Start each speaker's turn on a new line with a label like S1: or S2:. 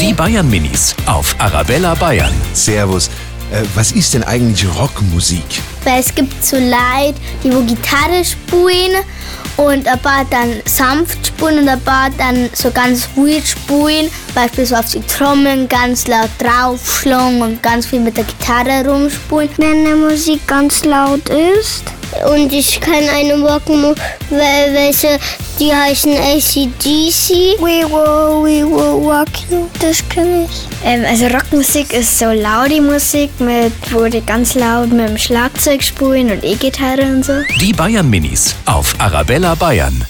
S1: Die Bayern Minis auf Arabella Bayern.
S2: Servus. Äh, was ist denn eigentlich Rockmusik?
S3: Weil es gibt so Leute, die wo Gitarre spielen und ein paar dann sanft spielen und ein paar dann so ganz ruhig spielen. Beispielsweise auf die Trommeln ganz laut draufschlagen und ganz viel mit der Gitarre rumspielen.
S4: wenn die Musik ganz laut ist.
S3: Und ich kann eine Rockmusik, weil welche, die heißen ACDC.
S4: We will, we will rock you. Das kenne ich. Ähm, also Rockmusik ist so laute Musik, mit, wo die ganz laut mit dem Schlagzeug spielen und E-Gitarre und so.
S1: Die Bayern Minis auf Arabella Bayern.